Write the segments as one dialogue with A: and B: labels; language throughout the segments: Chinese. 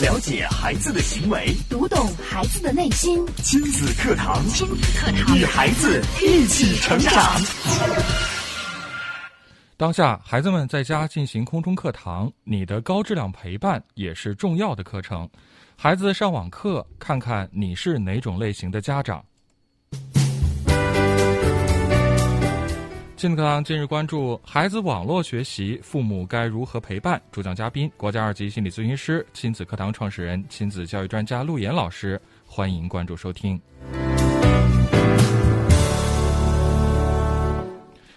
A: 了解孩子的行为，
B: 读懂孩子的内心。
A: 亲子课堂，
B: 亲子课堂
A: 与孩子一起成长。
C: 当下，孩子们在家进行空中课堂，你的高质量陪伴也是重要的课程。孩子上网课，看看你是哪种类型的家长。亲子课堂今日关注：孩子网络学习，父母该如何陪伴？主讲嘉宾：国家二级心理咨询师、亲子课堂创始人、亲子教育专家陆岩老师。欢迎关注收听。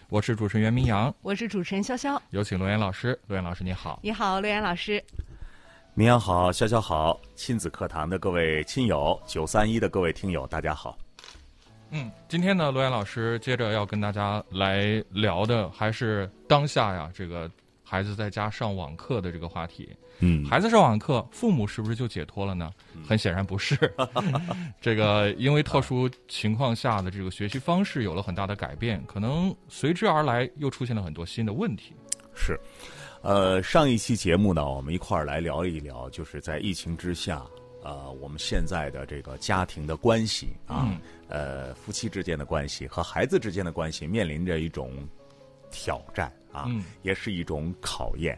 C: 我是主持人袁明阳，
D: 我是主持人潇潇。
C: 有请陆岩老师。陆岩老师，你好。
D: 你好，陆岩老师。
A: 明阳好，潇潇好，亲子课堂的各位亲友，九三一的各位听友，大家好。
C: 嗯，今天呢，罗岩老师接着要跟大家来聊的还是当下呀，这个孩子在家上网课的这个话题。
A: 嗯
C: 孩子上网课，父母是不是就解脱了呢？很显然不 是。这个因为特殊情况下的这个学习方式有了很大的改变，可能随之而来又出现了很多新的问题。
A: 是，呃，上一期节目呢，我们一块儿来聊一聊，就是在疫情之下，呃，我们现在的这个家庭的关系啊，
C: 嗯
A: 呃，夫妻之间的关系和孩子之间的关系面临着一种挑战啊，
C: 嗯
A: 也是一种考验。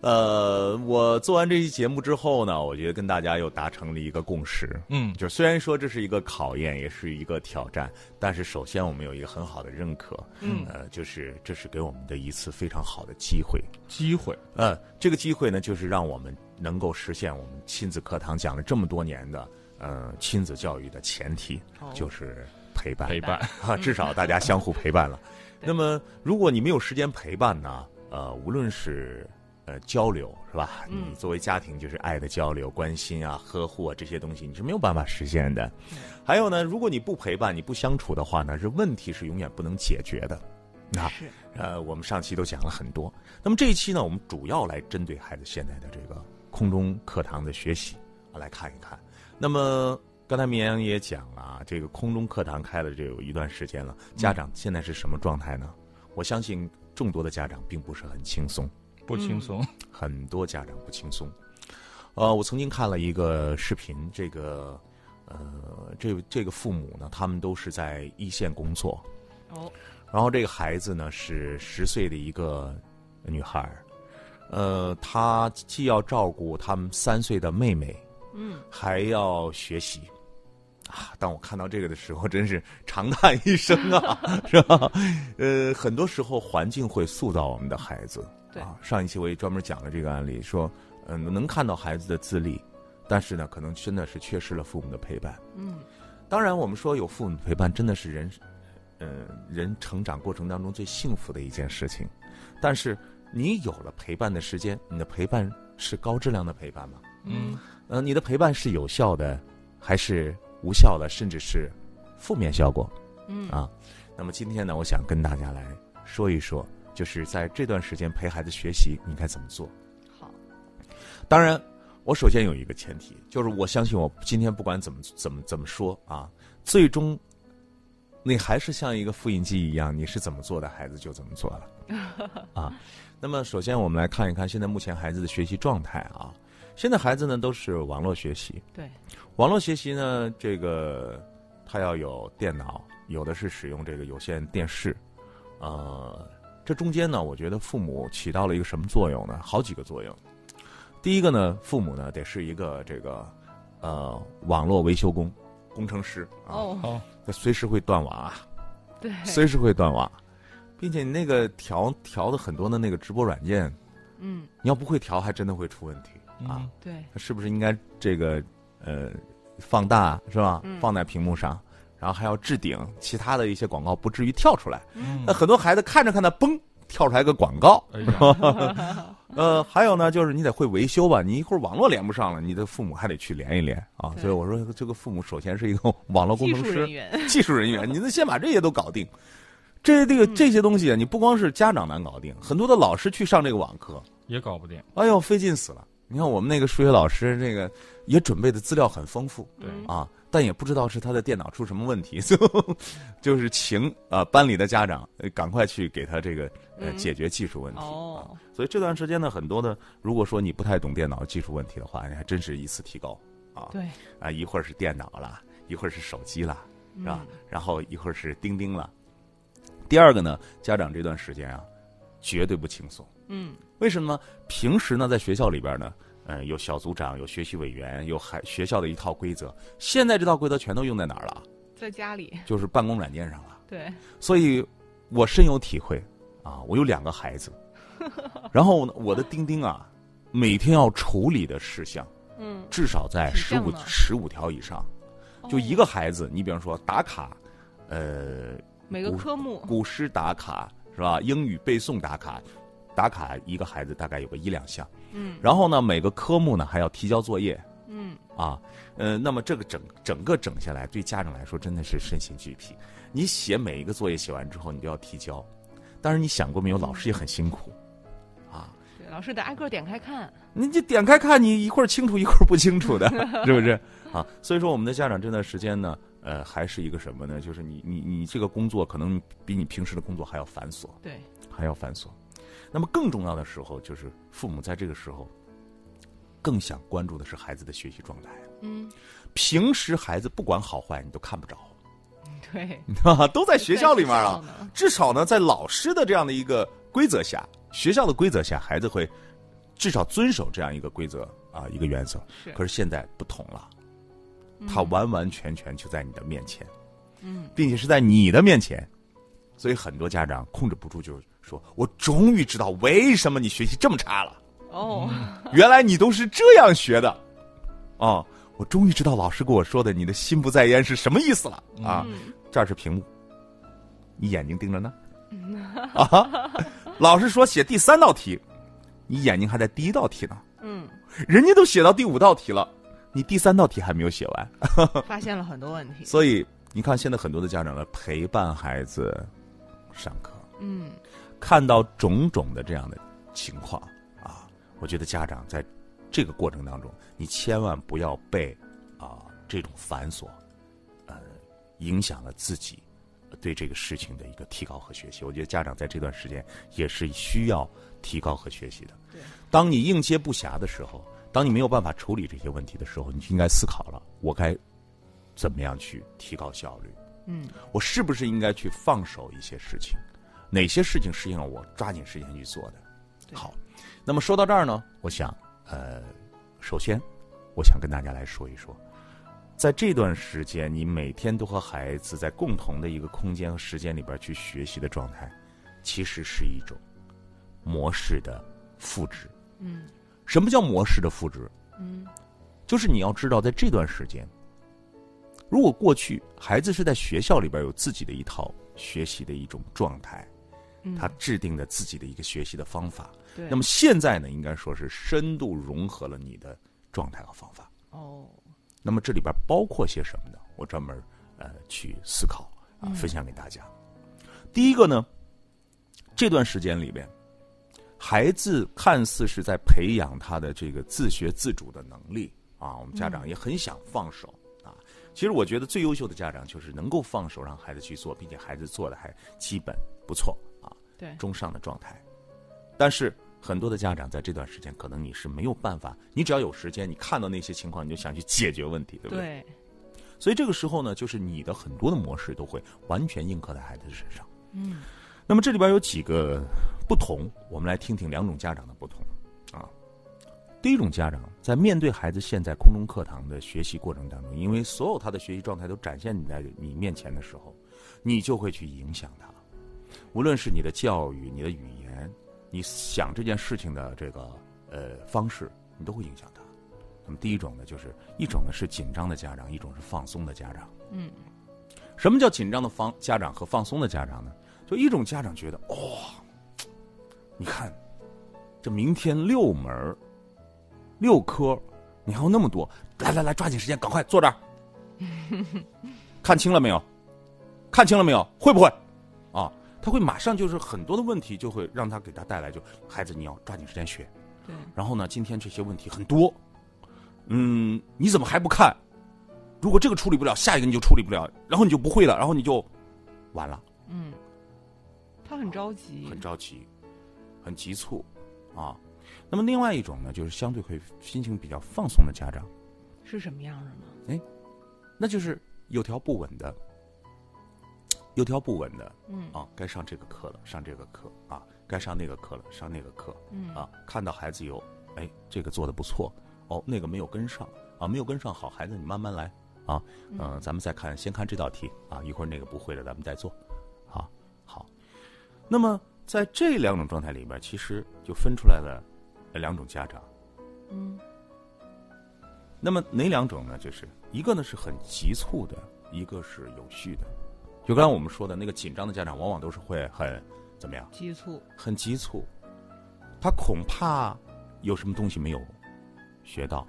A: 呃，我做完这期节目之后呢，我觉得跟大家又达成了一个共识，
C: 嗯
A: 就虽然说这是一个考验，也是一个挑战，但是首先我们有一个很好的认可，
C: 嗯，
A: 呃，就是这是给我们的一次非常好的机会。
C: 机会，
A: 呃，这个机会呢，就是让我们能够实现我们亲子课堂讲了这么多年的呃亲子教育的前提，就是陪伴，
C: 陪伴，
A: 啊，至少大家相互陪伴了。
D: 对
A: 那么，如果你没有时间陪伴呢，呃，无论是呃交流是吧？
D: 嗯
A: 你作为家庭就是爱的交流、关心啊、呵护啊这些东西，你是没有办法实现的。
D: 嗯
A: 还有呢，如果你不陪伴、你不相处的话呢，这问题是永远不能解决的。那
D: 是
A: 呃，我们上期都讲了很多。那么这一期呢，我们主要来针对孩子现在的这个空中课堂的学习啊来看一看。那么刚才绵阳也讲了啊，这个空中课堂开了这有一段时间了，家长现在是什么状态呢？我相信众多的家长并不是很轻松，
C: 不轻松。
A: 很多家长不轻松。呃，我曾经看了一个视频，这个呃，这这个父母呢，他们都是在一线工作，
D: 哦，
A: 然后这个孩子呢是十岁的一个女孩儿，呃，她既要照顾他们三岁的妹妹，
D: 嗯，
A: 还要学习。啊！当我看到这个的时候，真是长叹一声啊， 是吧？呃，很多时候环境会塑造我们的孩子。
D: 对
A: 啊，上一期我也专门讲了这个案例，说，嗯、能看到孩子的自立，但是呢，可能真的是缺失了父母的陪伴。
D: 嗯，
A: 当然，我们说有父母陪伴，真的是人，呃，人成长过程当中最幸福的一件事情。但是，你有了陪伴的时间，你的陪伴是高质量的陪伴吗？
C: 嗯
A: 呃，你的陪伴是有效的，还是无效的，甚至是负面效果？
D: 嗯
A: 啊，那么今天呢，我想跟大家来说一说，就是在这段时间陪孩子学习，你该怎么做？
D: 嗯好，
A: 啊当然，我首先有一个前提，就是我相信我今天不管怎么怎么怎么说啊，最终你还是像一个复印机一样，你是怎么做的，孩子就怎么做了 啊。那么，首先我们来看一看现在目前孩子的学习状态啊。现在孩子呢都是网络学习，
D: 对，
A: 网络学习呢，这个它要有电脑，有的是使用这个有线电视，呃，这中间呢，我觉得父母起到了一个什么作用呢？好几个作用。第一个呢，父母呢得是一个这个呃网络维修工工程师啊，
D: 哦，
C: 哦，
A: 那、随时会断网啊，
D: 对，
A: 随时会断网， 并且你那个调调的很多的那个直播软件，
D: 嗯，
A: 你要不会调，还真的会出问题啊。
C: 嗯
D: 对，
A: 是不是应该这个呃放大是吧？
D: 嗯
A: 放在屏幕上，然后还要置顶，其他的一些广告不至于跳出来。
C: 嗯
A: 那，很多孩子看着看着，嘣跳出来个广告。
C: 哎呀，
D: 嗯
A: 呃，还有呢，就是你得会维修吧，你一会儿网络连不上了，你的父母还得去连一连啊。
D: 对
A: 所以我说，这个父母首先是一个 网络工
D: 技
A: 程
D: 术
A: 师
D: 人、员，
A: 技术人员，你得先把这些都搞定。这这个
D: 嗯
A: 这些东西啊，你不光是家长难搞定，很多的老师去上这个网课，
C: 也搞不定。
A: 哎呦，费劲死了！你看我们那个数学老师，这个也准备的资料很丰富
C: 对
D: 嗯
A: 啊，但也不知道是他的电脑出什么问题， 所以就是请啊、呃班里的家长呃赶快去给他这个呃
D: 嗯
A: 解决技术问题、啊。
D: 哦，
A: 所以这段时间呢，很多的，如果说你不太懂电脑技术问题的话，你还真是一次提高啊
D: 对，
A: 啊，一会儿是电脑啦，一会儿是手机啦，
D: 嗯
A: 是吧？然后一会儿是钉钉了。第二个呢，家长这段时间啊，绝对不轻松。
D: 嗯
A: 为什么呢？平时呢，在学校里边呢，嗯、有小组长，有学习委员，有还学校的一套规则。现在这套规则全都用在哪儿了？
D: 在家里，
A: 就是办公软件上了。
D: 对，
A: 所以，我深有体会啊！我有两个孩子，然后呢，我的钉钉啊，每天要处理的事项
D: 嗯，
A: 至少在
D: 挺
A: 十
D: 像
A: 五
D: 的
A: 十五条以上。就一
D: 哦
A: 个孩子，你比方说打卡，呃，
D: 每个
A: 五
D: 科目，
A: 古诗打卡是吧？英语背诵打卡，打卡一个孩子大概有个一两项。
D: 嗯
A: 然后呢，每个科目呢还要提交作业
D: 嗯，
A: 啊。呃，那么这个整整个整下来，对家长来说真的是身心俱疲。你写每一个作业写完之后，你都要提交。当然，你想过没有，老师也很辛苦啊。
D: 对，老师得挨个儿点开看，
A: 你就点开看，你一会儿清楚，一会儿不清楚的， 是不是？啊，所以说我们的家长这段时间呢，呃，还是一个什么呢？就是你你你这个工作可能比你平时的工作还要繁琐，
D: 对，
A: 还要繁琐。那么更重要的时候，就是父母在这个时候更想关注的是孩子的学习状态。
D: 嗯
A: 平时孩子不管好坏，你都看不着，
D: 对，
A: 都在学校里面
D: 在学
A: 啊
D: 校。呢，
A: 至少呢，在老师的这样的一个规则下，学校的规则下，孩子会至少遵守这样一个规则啊，一个原则。
D: 是，
A: 可是现在不同了，他完完全全就在你的面前，
D: 嗯，
A: 并且是在你的面前，所以很多家长控制不住，就说：“我终于知道为什么你学习这么差了，
D: 哦，
A: 原来你都是这样学的，哦，我终于知道老师跟我说的你的心不在焉是什么意思了啊。
D: 嗯
A: 这儿是屏幕，你眼睛盯着那儿啊。老师说写第三道题，你眼睛还在第一道题呢，
D: 嗯，
A: 人家都写到第五道题了，你第三道题还没有写完，
D: 发现了很多问题，
A: 所以你看现在很多的家长呢，陪伴孩子上课，
D: 嗯，
A: 看到种种的这样的情况啊，我觉得家长在这个过程当中，你千万不要被啊这种繁琐，呃，影响了自己对这个事情的一个提高和学习。我觉得家长在这段时间也是需要提高和学习的
D: 对。
A: 当你应接不暇的时候，当你没有办法处理这些问题的时候，你就应该思考了，我该怎么样去提高效率。
D: 嗯，
A: 我是不是应该去放手一些事情？哪些事情是要我抓紧时间去做的？
D: 对
A: 好，那么说到这儿呢，我想，呃，首先，我想跟大家来说一说，在这段时间，你每天都和孩子在共同的一个空间和时间里边去学习的状态，其实是一种模式的复制。
D: 嗯，
A: 什么叫模式的复制？
D: 嗯，
A: 就是你要知道，在这段时间，如果过去孩子是在学校里边有自己的一套学习的一种状态，
D: 嗯
A: 他制定的自己的一个学习的方法，
D: 对，
A: 那么现在呢，应该说是深度融合了你的状态和方法。
D: 哦，
A: 那么这里边包括些什么呢？我专门呃去思考啊，分享给大家。第一个呢，这段时间里边，孩子看似是在培养他的这个自学自主的能力啊，我们家长也很想放手。啊。其实我觉得最优秀的家长就是能够放手让孩子去做，并且孩子做的还基本不错啊。
D: 对，
A: 中上的状态。但是很多的家长在这段时间，可能你是没有办法，你只要有时间，你看到那些情况，你就想去解决问题，对不对？
D: 对，
A: 所以这个时候呢，就是你的很多的模式都会完全映刻在孩子身上。
D: 嗯，
A: 那么这里边有几个不同，我们来听听两种家长的不同啊。第一种家长在面对孩子现在空中课堂的学习过程当中，因为所有他的学习状态都展现在你面前的时候，你就会去影响他，无论是你的教育、你的语言、你想这件事情的这个呃方式，你都会影响他。那么第一种呢，就是一种呢是紧张的家长，一种是放松的家长。
D: 嗯，
A: 什么叫紧张的方家长和放松的家长呢？就一种家长觉得，哇、你看，这明天六门儿六科，你还有那么多，来来来，抓紧时间，赶快坐这儿，看清了没有？看清了没有？会不会？啊，他会马上就是很多的问题，就会让他给他带来就孩子，你要抓紧时间学。
D: 对，
A: 然后呢，今天这些问题很多，嗯，你怎么还不看？如果这个处理不了，下一个你就处理不了，然后你就不会了，然后你就完了，
D: 嗯，他很着急
A: 很，着急，很急促啊。那么另外一种呢，就是相对会心情比较放松的家长，
D: 是什么样的呢？
A: 那就是有条不紊的，有条不紊的
D: 嗯
A: 啊，该上这个课了，上这个课啊，该上那个课了，上那个课
D: 嗯
A: 啊。看到孩子有，哎，这个做的不错，哦，那个没有跟上啊，没有跟上，好孩子，你慢慢来啊，嗯、咱们再看，先看这道题啊，一会儿那个不会了，咱们再做，啊，好。那么在这两种状态里边，其实就分出来了呃两种家长。
D: 嗯
A: 那么哪两种呢？就是一个呢是很急促的，一个是有序的。就刚才我们说的那个紧张的家长，往往都是会很怎么样？
D: 急促，
A: 很急促，他恐怕有什么东西没有学到，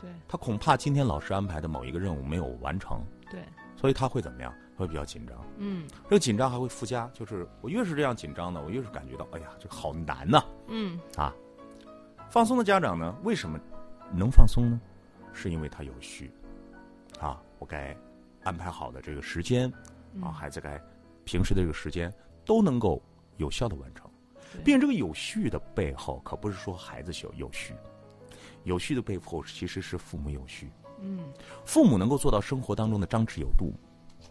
D: 对
A: 他恐怕今天老师安排的某一个任务没有完成，
D: 对，
A: 所以他会怎么样？会比较紧张。
D: 嗯
A: 这个紧张还会附加，就是我越是这样紧张呢，我越是感觉到，哎呀，这好难呐
D: 嗯
A: 啊放松的家长呢，为什么能放松呢？是因为他有序，啊，我该安排好的这个时间，啊，
D: 嗯
A: 孩子该平时的这个时间都能够有效的完成，
D: 对
A: 并且这个有序的背后，可不是说孩子有有序，有序的背后其实是父母有序，
D: 嗯
A: 父母能够做到生活当中的张弛有度。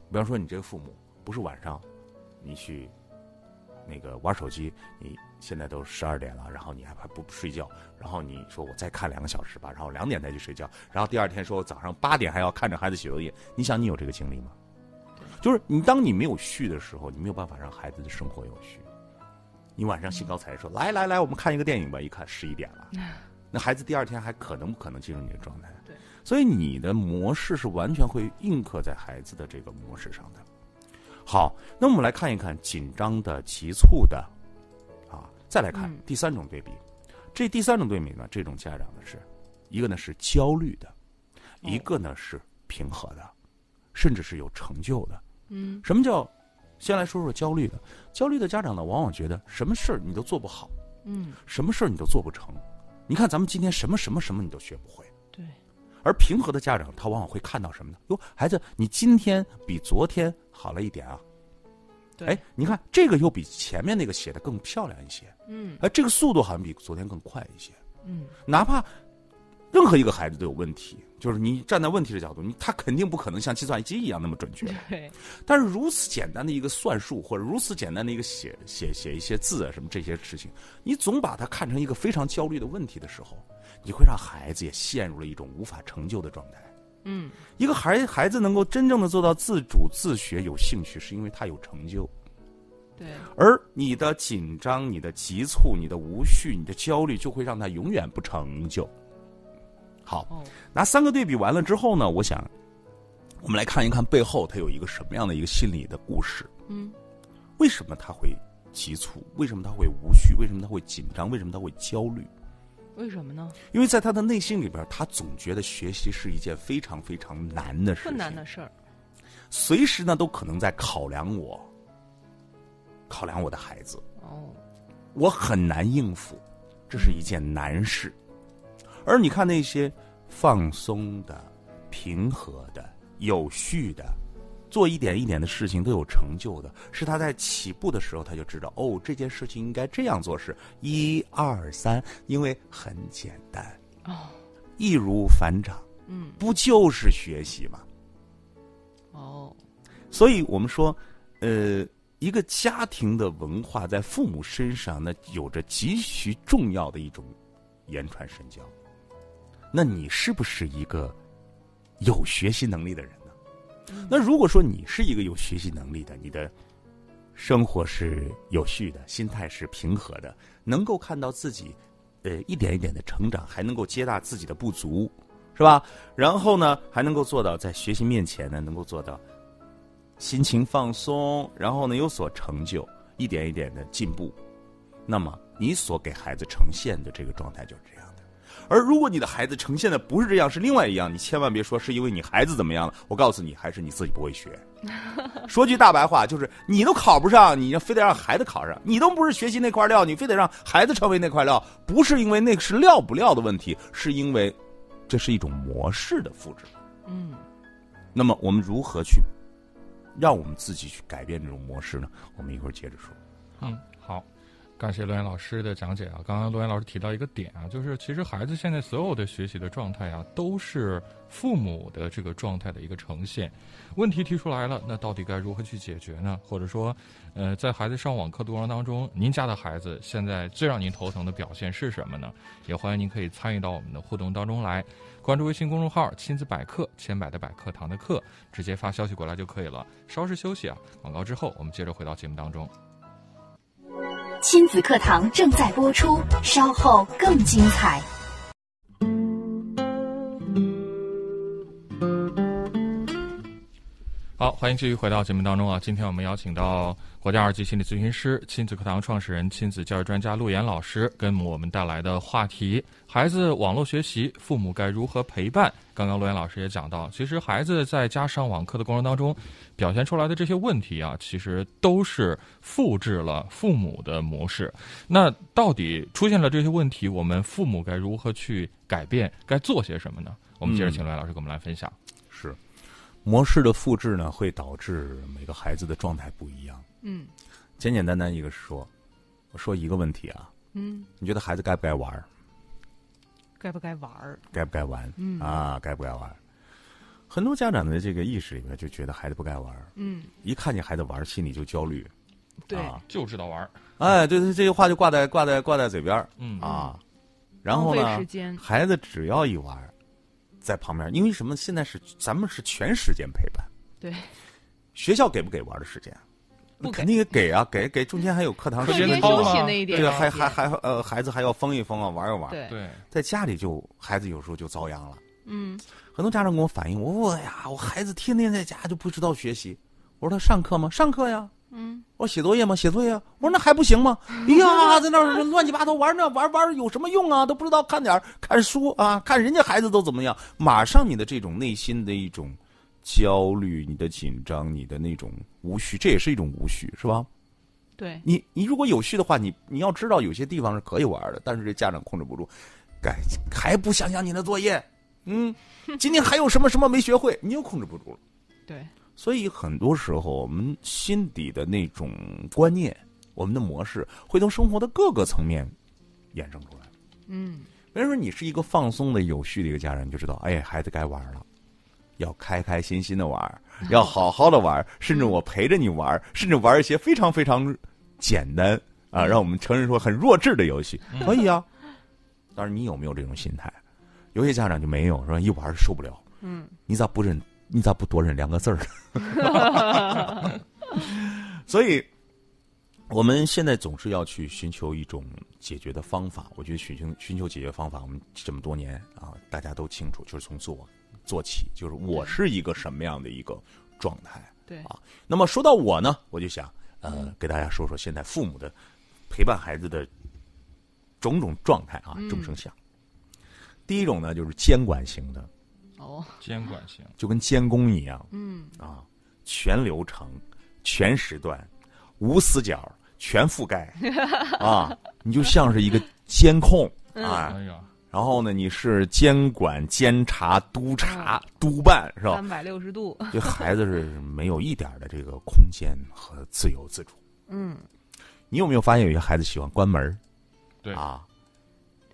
A: 比方说，你这个父母不是晚上你去那个玩手机，你现在都十二点了，然后你还还不睡觉，然后你说我再看两个小时吧，然后两点再去睡觉，然后第二天说我早上八点还要看着孩子写作业，你想你有这个精力吗？就是你当你没有序的时候，你没有办法让孩子的生活有序。你晚上兴高采烈说来来来，我们看一个电影吧，一看十一点了，那孩子第二天还可能不可能进入你的状态？
D: 嗯对，
A: 所以你的模式是完全会印刻在孩子的这个模式上的。好，那我们来看一看紧张的、急促的，啊，再来看
D: 嗯
A: 第三种对比。这第三种对比呢，这种家长呢是，一个呢是焦虑的，
D: 哦
A: 一个呢是平和的，甚至是有成就的。
D: 嗯
A: 什么叫？先来说说焦虑的，焦虑的家长呢，往往觉得什么事儿你都做不好，
D: 嗯，
A: 什么事儿你都做不成。你看咱们今天什么什么什么你都学不会。
D: 对，
A: 而平和的家长，他往往会看到什么呢？哟，孩子，你今天比昨天好了一点啊。
D: 对
A: 哎，你看这个又比前面那个写的更漂亮一些，
D: 嗯
A: 哎，这个速度好像比昨天更快一些。
D: 嗯
A: 哪怕任何一个孩子都有问题，就是你站在问题的角度，你他肯定不可能像计算机一样那么准确。
D: 对，
A: 但是如此简单的一个算术，或者如此简单的一个写写写一些字啊，什么这些事情，你总把它看成一个非常焦虑的问题的时候，你会让孩子也陷入了一种无法成就的状态。
D: 嗯
A: 一个孩孩子能够真正的做到自主、自学、有兴趣，是因为他有成就。
D: 对，
A: 而你的紧张、你的急促、你的无序、你的焦虑，就会让他永远不成就。好，
D: 哦
A: 拿三个对比完了之后呢，我想，我们来看一看背后它有一个什么样的一个心理的故事。
D: 嗯
A: 为什么他会急促？为什么他会无序？为什么他会紧张？为什么他会焦虑？
D: 为什么呢？
A: 因为在他的内心里边，他总觉得学习是一件非常非常难的事情，
D: 困难的事儿，
A: 随时呢都可能在考量我，考量我的孩子，
D: 哦
A: 我很难应付，这是一件难事。而你看那些放松的、平和的、有序的，做一点一点的事情都有成就的，是他在起步的时候他就知道，哦，这件事情应该这样做是一二三，因为很简单，
D: 哦
A: 易如反掌，
D: 嗯
A: 不就是学习吗？
D: 哦
A: 所以我们说，呃，一个家庭的文化在父母身上呢，有着极其重要的一种言传身教。那你是不是一个有学习能力的人呢？那如果说你是一个有学习能力的，你的生活是有序的，心态是平和的，能够看到自己呃一点一点的成长，还能够接纳自己的不足，是吧？然后呢，还能够做到在学习面前呢，能够做到心情放松，然后呢有所成就，一点一点的进步，那么你所给孩子呈现的这个状态就是这样的。而如果你的孩子呈现的不是这样，是另外一样，你千万别说是因为你孩子怎么样了。我告诉你，还是你自己不会学。说句大白话，就是你都考不上，你非得让孩子考上；你都不是学习那块料，你非得让孩子成为那块料。不是因为那是料不料的问题，是因为这是一种模式的复制。
D: 嗯
A: 那么我们如何去让我们自己去改变这种模式呢？我们一会儿接着说。
C: 嗯，好，感谢罗岩老师的讲解啊。刚刚罗岩老师提到一个点啊，就是其实孩子现在所有的学习的状态啊，都是父母的这个状态的一个呈现。问题提出来了，那到底该如何去解决呢？或者说，呃，在孩子上网课的过程当中，您家的孩子现在最让您头疼的表现是什么呢？也欢迎您可以参与到我们的互动当中来，关注微信公众号“亲子百科”，千百的百课堂的课，直接发消息过来就可以了。稍事休息啊，广告之后我们接着回到节目当中。
B: 亲子课堂正在播出，稍后更精彩。
C: 好，欢迎继续回到节目当中啊！今天我们邀请到国家二级心理咨询师、亲子课堂创始人、亲子教育专家陆岩老师，跟我们带来的话题：孩子网络学习，父母该如何陪伴？刚刚陆岩老师也讲到，其实孩子在家上网课的过程当中，表现出来的这些问题啊，其实都是复制了父母的模式。那到底出现了这些问题，我们父母该如何去改变？该做些什么呢？我们接着请陆岩老师跟我们来分享。
A: 是，模式的复制呢，会导致每个孩子的状态不一样。
D: 嗯
A: 简简单单一个是说，我说一个问题啊，
D: 嗯，
A: 你觉得孩子该不该玩儿？
D: 该不该玩儿？
A: 该不该玩？
D: 嗯
A: 啊，该不该玩儿？很多家长的这个意识里面就觉得孩子不该玩儿，
D: 嗯，
A: 一看见孩子玩儿，心里就焦虑。
D: 对，
A: 啊
C: 就知道玩儿，
A: 哎，对对，这句话就挂在挂在挂在嘴边儿
C: 嗯
A: 啊。然
D: 浪
A: 后
D: 费
A: 呢
D: 时，间，
A: 孩子只要一玩儿，在旁边，因为什么？现在是咱们是全时间陪伴，
D: 对，
A: 学校给不给玩儿的时间？
D: 不给
A: 肯定也给啊，给给，中间还有课堂
D: 课
A: 时
C: 间
A: 间
D: 间
A: 的嘛
C: 操
D: 休
C: 嘛
D: 息那一点
A: 对，
D: 儿，
A: 还还还呃，孩子还要疯一疯啊，玩一玩。
D: 对，
C: 对。
A: 在家里就孩子有时候就遭殃了。
D: 嗯
A: 很多家长跟我反映，我我呀，我孩子天天在家就不知道学习。我说他上课吗？上课呀。
D: 嗯，
A: 我说写作业吗？写作业。啊我说那还不行吗？哎呀，在那儿乱七八糟玩呢，玩玩有什么用啊？都不知道看点儿看书啊，看人家孩子都怎么样。马上你的这种内心的一种焦虑，你的紧张，你的那种无序，这也是一种无序，是吧？
D: 对，
A: 你你如果有序的话，你你要知道有些地方是可以玩的，但是这家长控制不住，该还不想想你的作业，嗯，今天还有什么什么没学会，你又控制不住了。
D: 对，
A: 所以很多时候，我们心底的那种观念，我们的模式，会从生活的各个层面衍生出来。
D: 嗯
A: 比如说，你是一个放松的、有序的一个家人，你就知道，哎，孩子该玩了，要开开心心的玩，要好好的玩，甚至我陪着你玩，甚至玩一些非常非常简单啊，让我们成人说很弱智的游戏，可以啊。但是你有没有这种心态？有些家长就没有，说一玩受不了，
D: 嗯，
A: 你咋不忍？你咋不多忍两个字儿呢？所以，我们现在总是要去寻求一种解决的方法。我觉得寻求寻求解决方法，我们这么多年啊，大家都清楚，就是从自我做起，就是我是一个什么样的一个状态。
D: 对，
A: 那么说到我呢，我就想呃，给大家说说现在父母的陪伴孩子的种种状态啊，众生相。第一种呢，就是监管型的，
D: 哦，
C: 监管型，
A: 就跟监工一样，
D: 嗯
A: 啊，全流程、全时段、无死角、全覆 盖啊，你就像是一个监控
D: 嗯
A: 啊。
C: 哎呀，
A: 然后呢，你是监管、监察、督察、
D: 嗯
A: 督办，是吧？
D: 三百六十度，
A: 对孩子是没有一点儿的这个空间和自由自主。
D: 嗯，
A: 你有没有发现有些孩子喜欢关门儿
C: 对
A: 啊？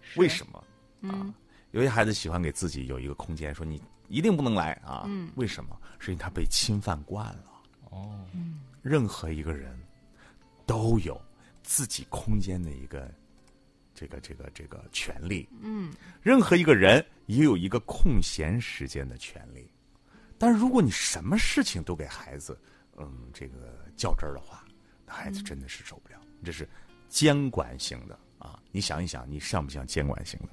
D: 是
A: 为什么？啊
D: 嗯
A: 有些孩子喜欢给自己有一个空间，说你一定不能来啊？
D: 嗯
A: 为什么？是因为他被侵犯惯了。
C: 哦，
A: 任何一个人都有自己空间的一个这个这个这个权利，
D: 嗯，
A: 任何一个人也有一个空闲时间的权利。但是如果你什么事情都给孩子，嗯，这个较真儿的话，那孩子真的是受不了。
D: 嗯
A: 这是监管型的啊，你想一想，你像不像监管型的？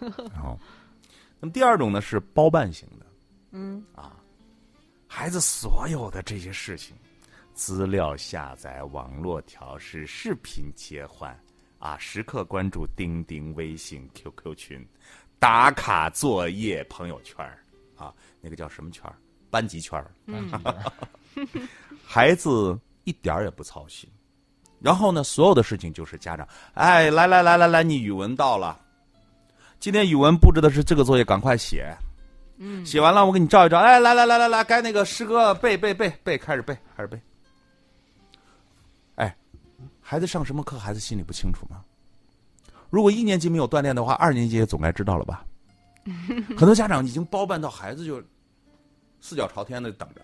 A: 然后，那么第二种呢是包办型的，
D: 嗯
A: 啊，孩子所有的这些事情，资料下载、网络调试、视频切换，啊，时刻关注钉钉、微信、QQ 群，打卡作业、朋友圈儿啊，那个叫什么圈儿？班级圈儿
C: 嗯，
A: 孩子一点儿也不操心。然后呢，所有的事情就是家长，哎，来来来来来，你语文到了，今天语文布置的是这个作业，赶快写。
D: 嗯
A: 写完了我给你照一照，哎，来来来来来，该那个诗歌了背背背背，开始背，开始背。哎，孩子上什么课，孩子心里不清楚吗？如果一年级没有锻炼的话，二年级也总该知道了吧？很多家长已经包办到孩子就四脚朝天的等着，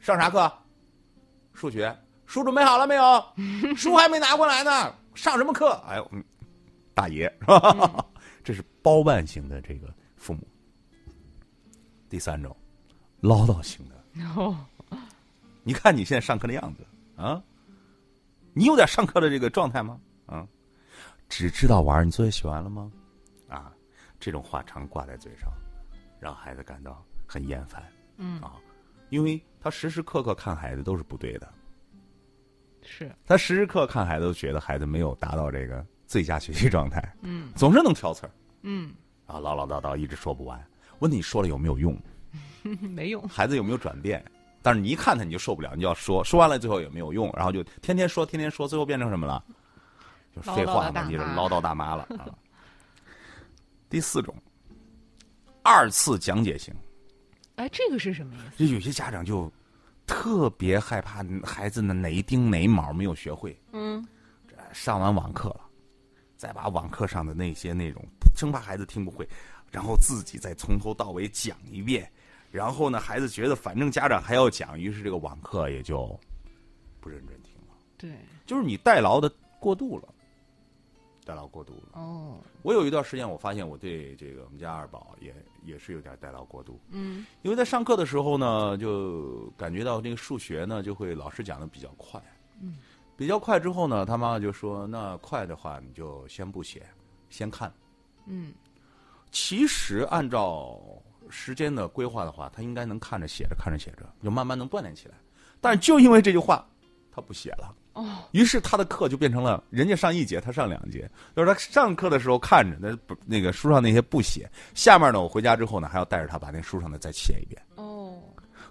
A: 上啥课？数学，书准备好了没有？书还没拿过来呢，上什么课？哎呦，嗯大爷是吧？ 这是包办型的这个父母。第三种，唠叨型的，
D: 哦，
A: 你看你现在上课的样子啊，你有点上课的这个状态吗？啊，只知道玩儿，你作业写完了吗？啊，这种话常挂在嘴上，让孩子感到很厌烦。
D: 嗯
A: 啊，因为他时时刻刻看孩子都是不对的，
D: 是，
A: 他时时刻刻看孩子都觉得孩子没有达到这个最佳学习状态，嗯，总是能挑刺儿，
D: 嗯，
A: 啊，唠唠叨叨一直说不完。问你说了有没有用？
D: 没用，
A: 孩子有没有转变？但是你一看他你就受不了，你就要说，说完了最后也没有用，然后就天天说，天天说，最后变成什么了？就是废话
D: 唠叨大
A: 嘛，
D: 妈
A: 你是唠叨大妈了啊。第四种，二次讲解型，
D: 哎，这个是什么意思？
A: 就有些家长就特别害怕孩子的哪一丁哪一毛没有学会，
D: 嗯，
A: 上完网课了，再把网课上的那些内容，生怕孩子听不会，然后自己再从头到尾讲一遍。然后呢，孩子觉得反正家长还要讲，于是这个网课也就不认真听了，
D: 对，
A: 就是你代劳的过度了，代劳过度了。
D: 哦，
A: 我有一段时间，我发现我对这个我们家二宝也也是有点代劳过度，
D: 嗯，
A: 因为在上课的时候呢，就感觉到那个数学呢，就会老师讲的比较快，嗯，比较快之后呢，他妈妈就说：“那快的话，你就先不写，先看。”
D: 嗯，
A: 其实按照时间的规划的话，他应该能看着写着，看着写着，就慢慢能锻炼起来。但是就因为这句话，他不写了。
D: 哦，
A: 于是他的课就变成了人家上一节，他上两节。就是他上课的时候看着那不那个书上那些不写，下面呢我回家之后呢还要带着他把那书上的再写一遍。
D: 哦，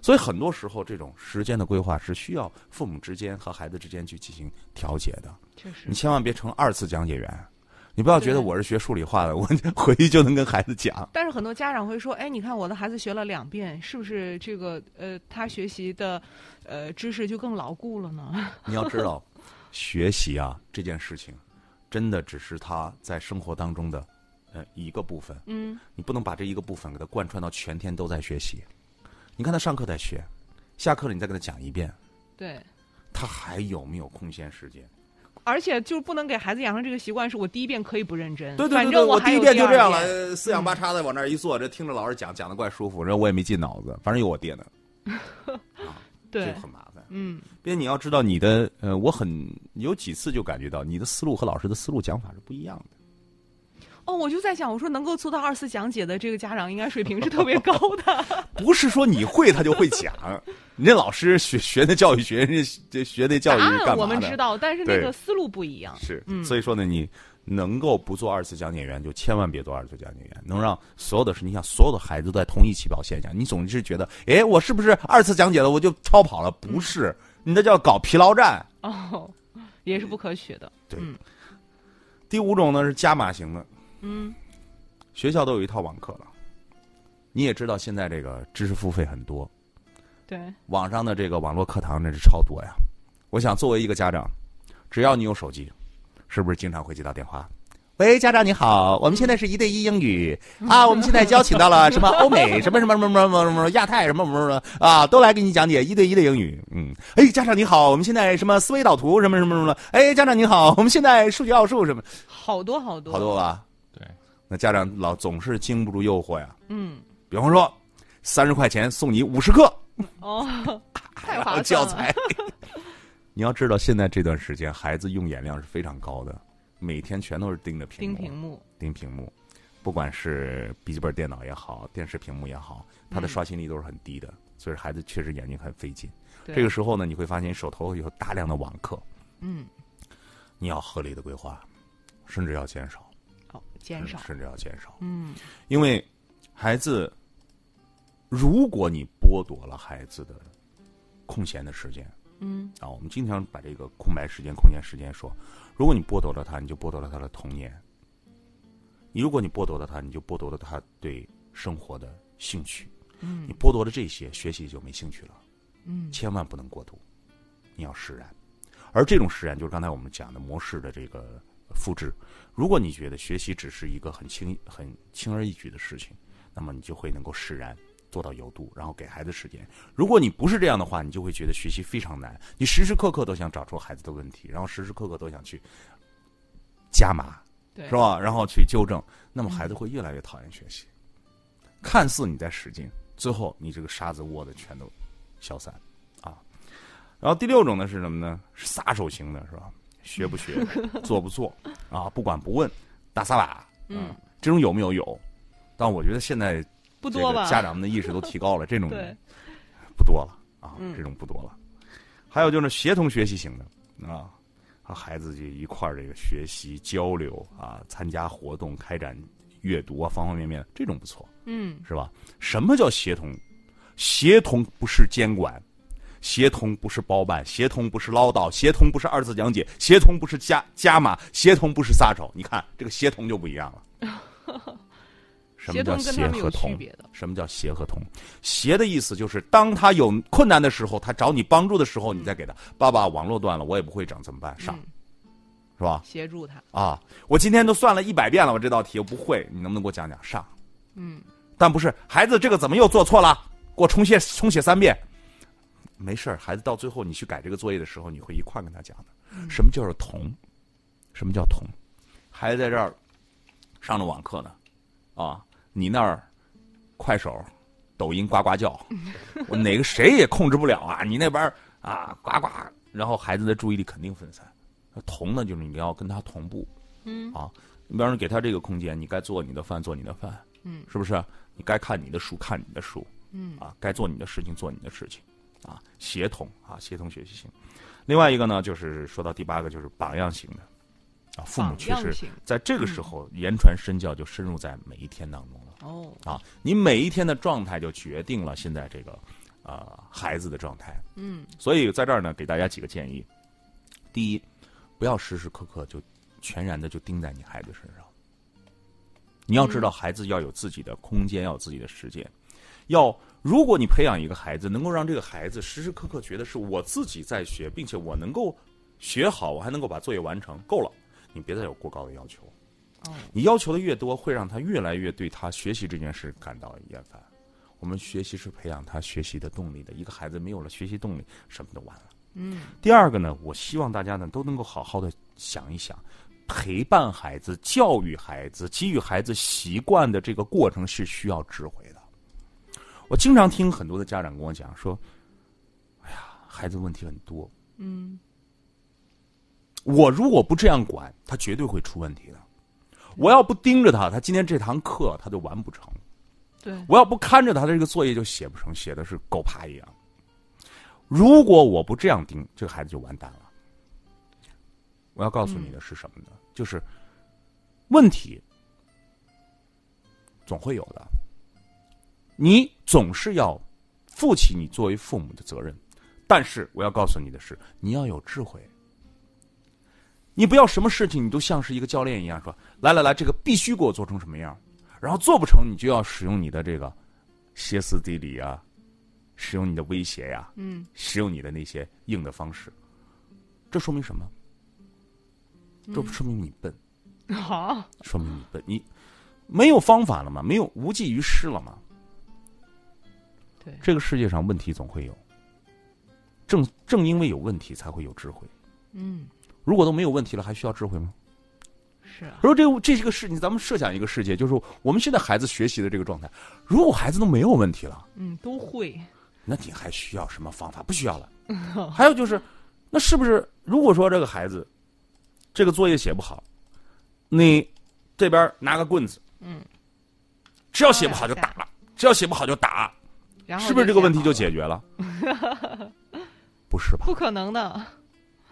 A: 所以很多时候这种时间的规划是需要父母之间和孩子之间去进行调节的。
D: 确实
A: 你，千万别成二次讲解员，你不要觉得
D: 对
A: 我是学数理化的，我 回去就能跟孩子讲。
D: 但是很多家长会说，哎，你看我的孩子学了两遍，是不是这个呃，他学习的呃知识就更牢固了呢？
A: 你要知道，学习啊这件事情，真的只是他在生活当中的呃一个部分。
D: 嗯，
A: 你不能把这一个部分给他贯穿到全天都在学习。你看他上课在学，下课了你再给他讲一遍，
D: 对。
A: 他还有没有空闲时间？
D: 而且就不能给孩子养成这个习惯，是我第一遍可以不认真，
A: 对对
D: 嗯反
A: 对对，
D: 正
A: 我
D: 还
A: 第一
D: 有
A: 遍就
D: 第
A: 这
D: 二
A: 样了，
D: 遍嗯
A: 呃四仰八叉的往那儿一坐，这听着老师讲，讲的怪舒服，然后我也没进脑子，反正有我爹呢，这
D: 对
A: 就，很麻烦。
D: 嗯，
A: 并且你要知道，你的呃，我很有几次就感觉到你的思路和老师的思路讲法是不一样的。
D: 哦，我就在想，我说能够做到二次讲解的这个家长，应该水平是特别高的。
A: 不是说你会他就会 讲，你这老师学学那教育学，人家学学那教育
D: 答
A: 是干嘛的？
D: 案我们知道，但是那
A: 对
D: 个思路不一样。
A: 是，
D: 嗯
A: 所以说呢，你能够不做二次讲解员，就千万别做二次讲解员，能让所有的事，你想所有的孩子都在同一起跑线下，你总是觉得，哎，我是不是二次讲解了我就超跑了？不是，
D: 嗯
A: 你那叫搞疲劳战。
D: 哦，也是不可取的。
A: 对，
D: 嗯
A: 第五种呢是加码型的，
D: 嗯，
A: 学校都有一套网课了，你也知道现在这个知识付费很多，
D: 对，
A: 网上的这个网络课堂那是超多呀。我想作为一个家长，只要你有手机，是不是经常会接到电话？喂，家长你好，我们现在是一对一英语啊，我们现在邀请到了 什么欧美什么什么什么什么什么亚太什么什么什么啊，都来给你讲解一对一的英语。嗯，哎，家长你好，我们现在什么思维导图什么什么什么，哎，家长你好，我们现在数学奥数什么，
D: 好多好多，
A: 好多吧？
C: 对，
A: 那家长老总是经不住诱惑呀。
D: 嗯，
A: 比方说，三十块钱送你五十克，
D: 哦，太
A: 然
D: 划算
A: 后
D: 了。
A: 教材。 你要知道，现在这段时间孩子用眼量是非常高的，每天全都是盯着屏
D: 盯
A: 幕，
D: 屏幕，
A: 盯屏幕，不管是笔记本电脑也好，电视屏幕也好，它的
D: 嗯
A: 刷新率都是很低的，所以孩子确实眼睛很费劲。
D: 对
A: 这个时候呢，你会发现手头有大量的网课，
D: 嗯，
A: 你要合理的规划，甚至要减少，
D: 哦，减少，
A: 甚至要减少，
D: 嗯，
A: 因为孩子，如果你剥夺了孩子的空闲的时间。
D: 嗯，
A: 啊，我们经常把这个空白时间、空闲时间说，如果你剥夺了他，你就剥夺了他的童年；你如果你剥夺了他，你就剥夺了他对生活的兴趣。
D: 嗯
A: 你剥夺了这些，学习就没兴趣了。
D: 嗯
A: 千万不能过度，你要释然。而这种释然就是刚才我们讲的模式的这个复制。如果你觉得学习只是一个很轻很轻而易举的事情，那么你就会能够释然，做到有度，然后给孩子时间。如果你不是这样的话，你就会觉得学习非常难，你时时刻刻都想找出孩子的问题，然后时时刻刻都想去加码，
D: 对
A: 是？吧？然后去纠正，那么孩子会越来越讨厌学习。看似你在使劲，最后你这个沙子握的全都消散啊。然后第六种呢是什么呢？是撒手型的，是吧？学不 学，做不做啊？不管不问，大撒把。
D: 嗯，
A: 啊这种有没有有？但我觉得现在
D: 不
A: 这
D: 多
A: 个
D: 吧？
A: 家长们的意识都提高了，这种
D: 对，
A: 不多了啊，
D: 嗯
A: 这种不多了。还有就是协同学习型的啊，和孩子就一块儿这个学习交流啊，参加活动、开展阅读啊，方方面面，这种不错，
D: 嗯
A: 是吧？什么叫协同？协同不是监管，协同不是包办，协同不是唠叨，协同不是二次讲解，协同不是加加码，协同不是撒手。你看这个协同就不一样了。 什么
D: 协
A: 叫
D: 同跟
A: 协
D: 他们有
A: 和同
D: 区？别的，
A: 什么叫协和同？协的意思就是，当他有困难的时候，他找你帮助的时候，你再给他。爸爸，网络断了，我也不会整，怎么办？上、
D: 嗯
A: 是吧？
D: 协助他，
A: 啊，我今天都算了一百遍了，我这道题我不会，你能不能给我讲讲？上，
D: 嗯，
A: 但不是孩子这个怎么又做错了？给我重写重写三遍。没事儿，孩子到最后你去改这个作业的时候，你会一块儿跟他讲的。什么叫做同？什么叫同？孩子在这儿上着网课呢，啊，你那儿快手、抖音呱呱叫，我哪个谁也控制不了啊！你那边儿啊呱呱，然后孩子的注意力肯定分散。同呢，就是你要跟他同步，
D: 嗯
A: 啊，你比方说给他这个空间，你该做你的饭做你的饭，
D: 嗯，
A: 是不是？你该看你的书看你的书，
D: 嗯
A: 啊，该做你的事情做你的事情，啊，协同啊，协同学习型。另外一个呢，就是说到第八个，就是榜样型的，啊，父母
D: 榜
A: 去
D: 样
A: 世，
D: 型嗯
A: 在这个时候言传身教就深入在每一天当中了。
D: 哦，
A: 啊，你每一天的状态就决定了现在这个呃孩子的状态。
D: 嗯
A: 所以在这儿呢，给大家几个建议：第一，不要时时刻刻就全然的就盯在你孩子身上。你要知道，孩子要有自己的空间，要有自己的时间。要，如果你培养一个孩子，能够让这个孩子时时刻刻觉得是我自己在学，并且我能够学好，我还能够把作业完成，够了。你别再有过高的要求。
D: 哦，
A: 你要求的越多，会让他越来越对他学习这件事感到厌烦。我们学习是培养他学习的动力的，一个孩子没有了学习动力，什么都完了。
D: 嗯
A: 第二个呢，我希望大家呢都能够好好的想一想，陪伴孩子、教育孩子、给予孩子习惯的这个过程是需要智慧的。我经常听很多的家长跟我讲说：“哎呀，孩子问题很多，
D: 嗯
A: 我如果不这样管，他绝对会出问题的。我要不盯着他，他今天这堂课他就完不成；
D: 对，
A: 我要不看着他，他这个作业就写不成，写的是狗爬一样。如果我不这样盯，这个孩子就完蛋了。我要告诉你的是什么呢？就是问题总会有的，你总是要负起你作为父母的责任。但是我要告诉你的是，你要有智慧。你不要什么事情你都像是一个教练一样说，来来来，这个必须给我做成什么样，然后做不成你就要使用你的这个歇斯底里啊，使用你的威胁呀、
D: 嗯
A: 使用你的那些硬的方式。这说明什么？这说明你笨，
D: 好，
A: 说明你笨，你没有方法了吗？没有无济于事了吗？
D: 对，
A: 这个世界上问题总会有，正正因为有问题才会有智慧。
D: 嗯
A: 如果都没有问题了，还需要智慧吗？
D: 是啊，
A: 如果这个这是个世，你咱们设想一个世界，就是我们现在孩子学习的这个状态，如果孩子都没有问题了，
D: 嗯都会，
A: 那你还需要什么方法？不需要了。
D: 嗯
A: 还有就是，那是不是如果说这个孩子这个作业写不好，你这边拿个棍子，
D: 嗯，
A: 只要写不好就
D: 敲
A: 打，只要写不好就打，
D: 然后
A: 是不是这个问题就
D: 写
A: 解
D: 好
A: 决 了？不是吧
D: 了？？不可能的，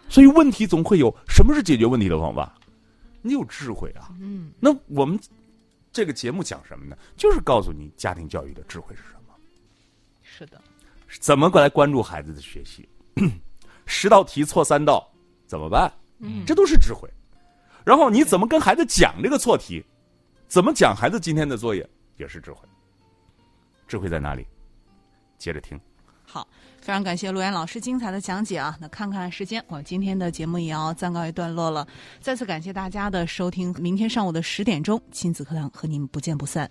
A: 所以问题总会有，什么是解决问题的方法？你有智慧啊！
D: 嗯
A: 那我们这个节目讲什么呢？就是告诉你家庭教育的智慧是什么，
D: 是的，
A: 怎么过来关注孩子的学习。 十道题错三道怎么办？
D: 嗯
A: 这都是智慧。然后你怎么跟孩子讲这个错题，怎么讲孩子今天的作业也是智慧。
E: 智慧在哪里？接着听。
D: 好，非常感谢陆岩老师精彩的讲解啊！那看看时间，我们今天的节目也要暂告一段落了。再次感谢大家的收听，明天上午的十点钟，亲子课堂和您不见不散。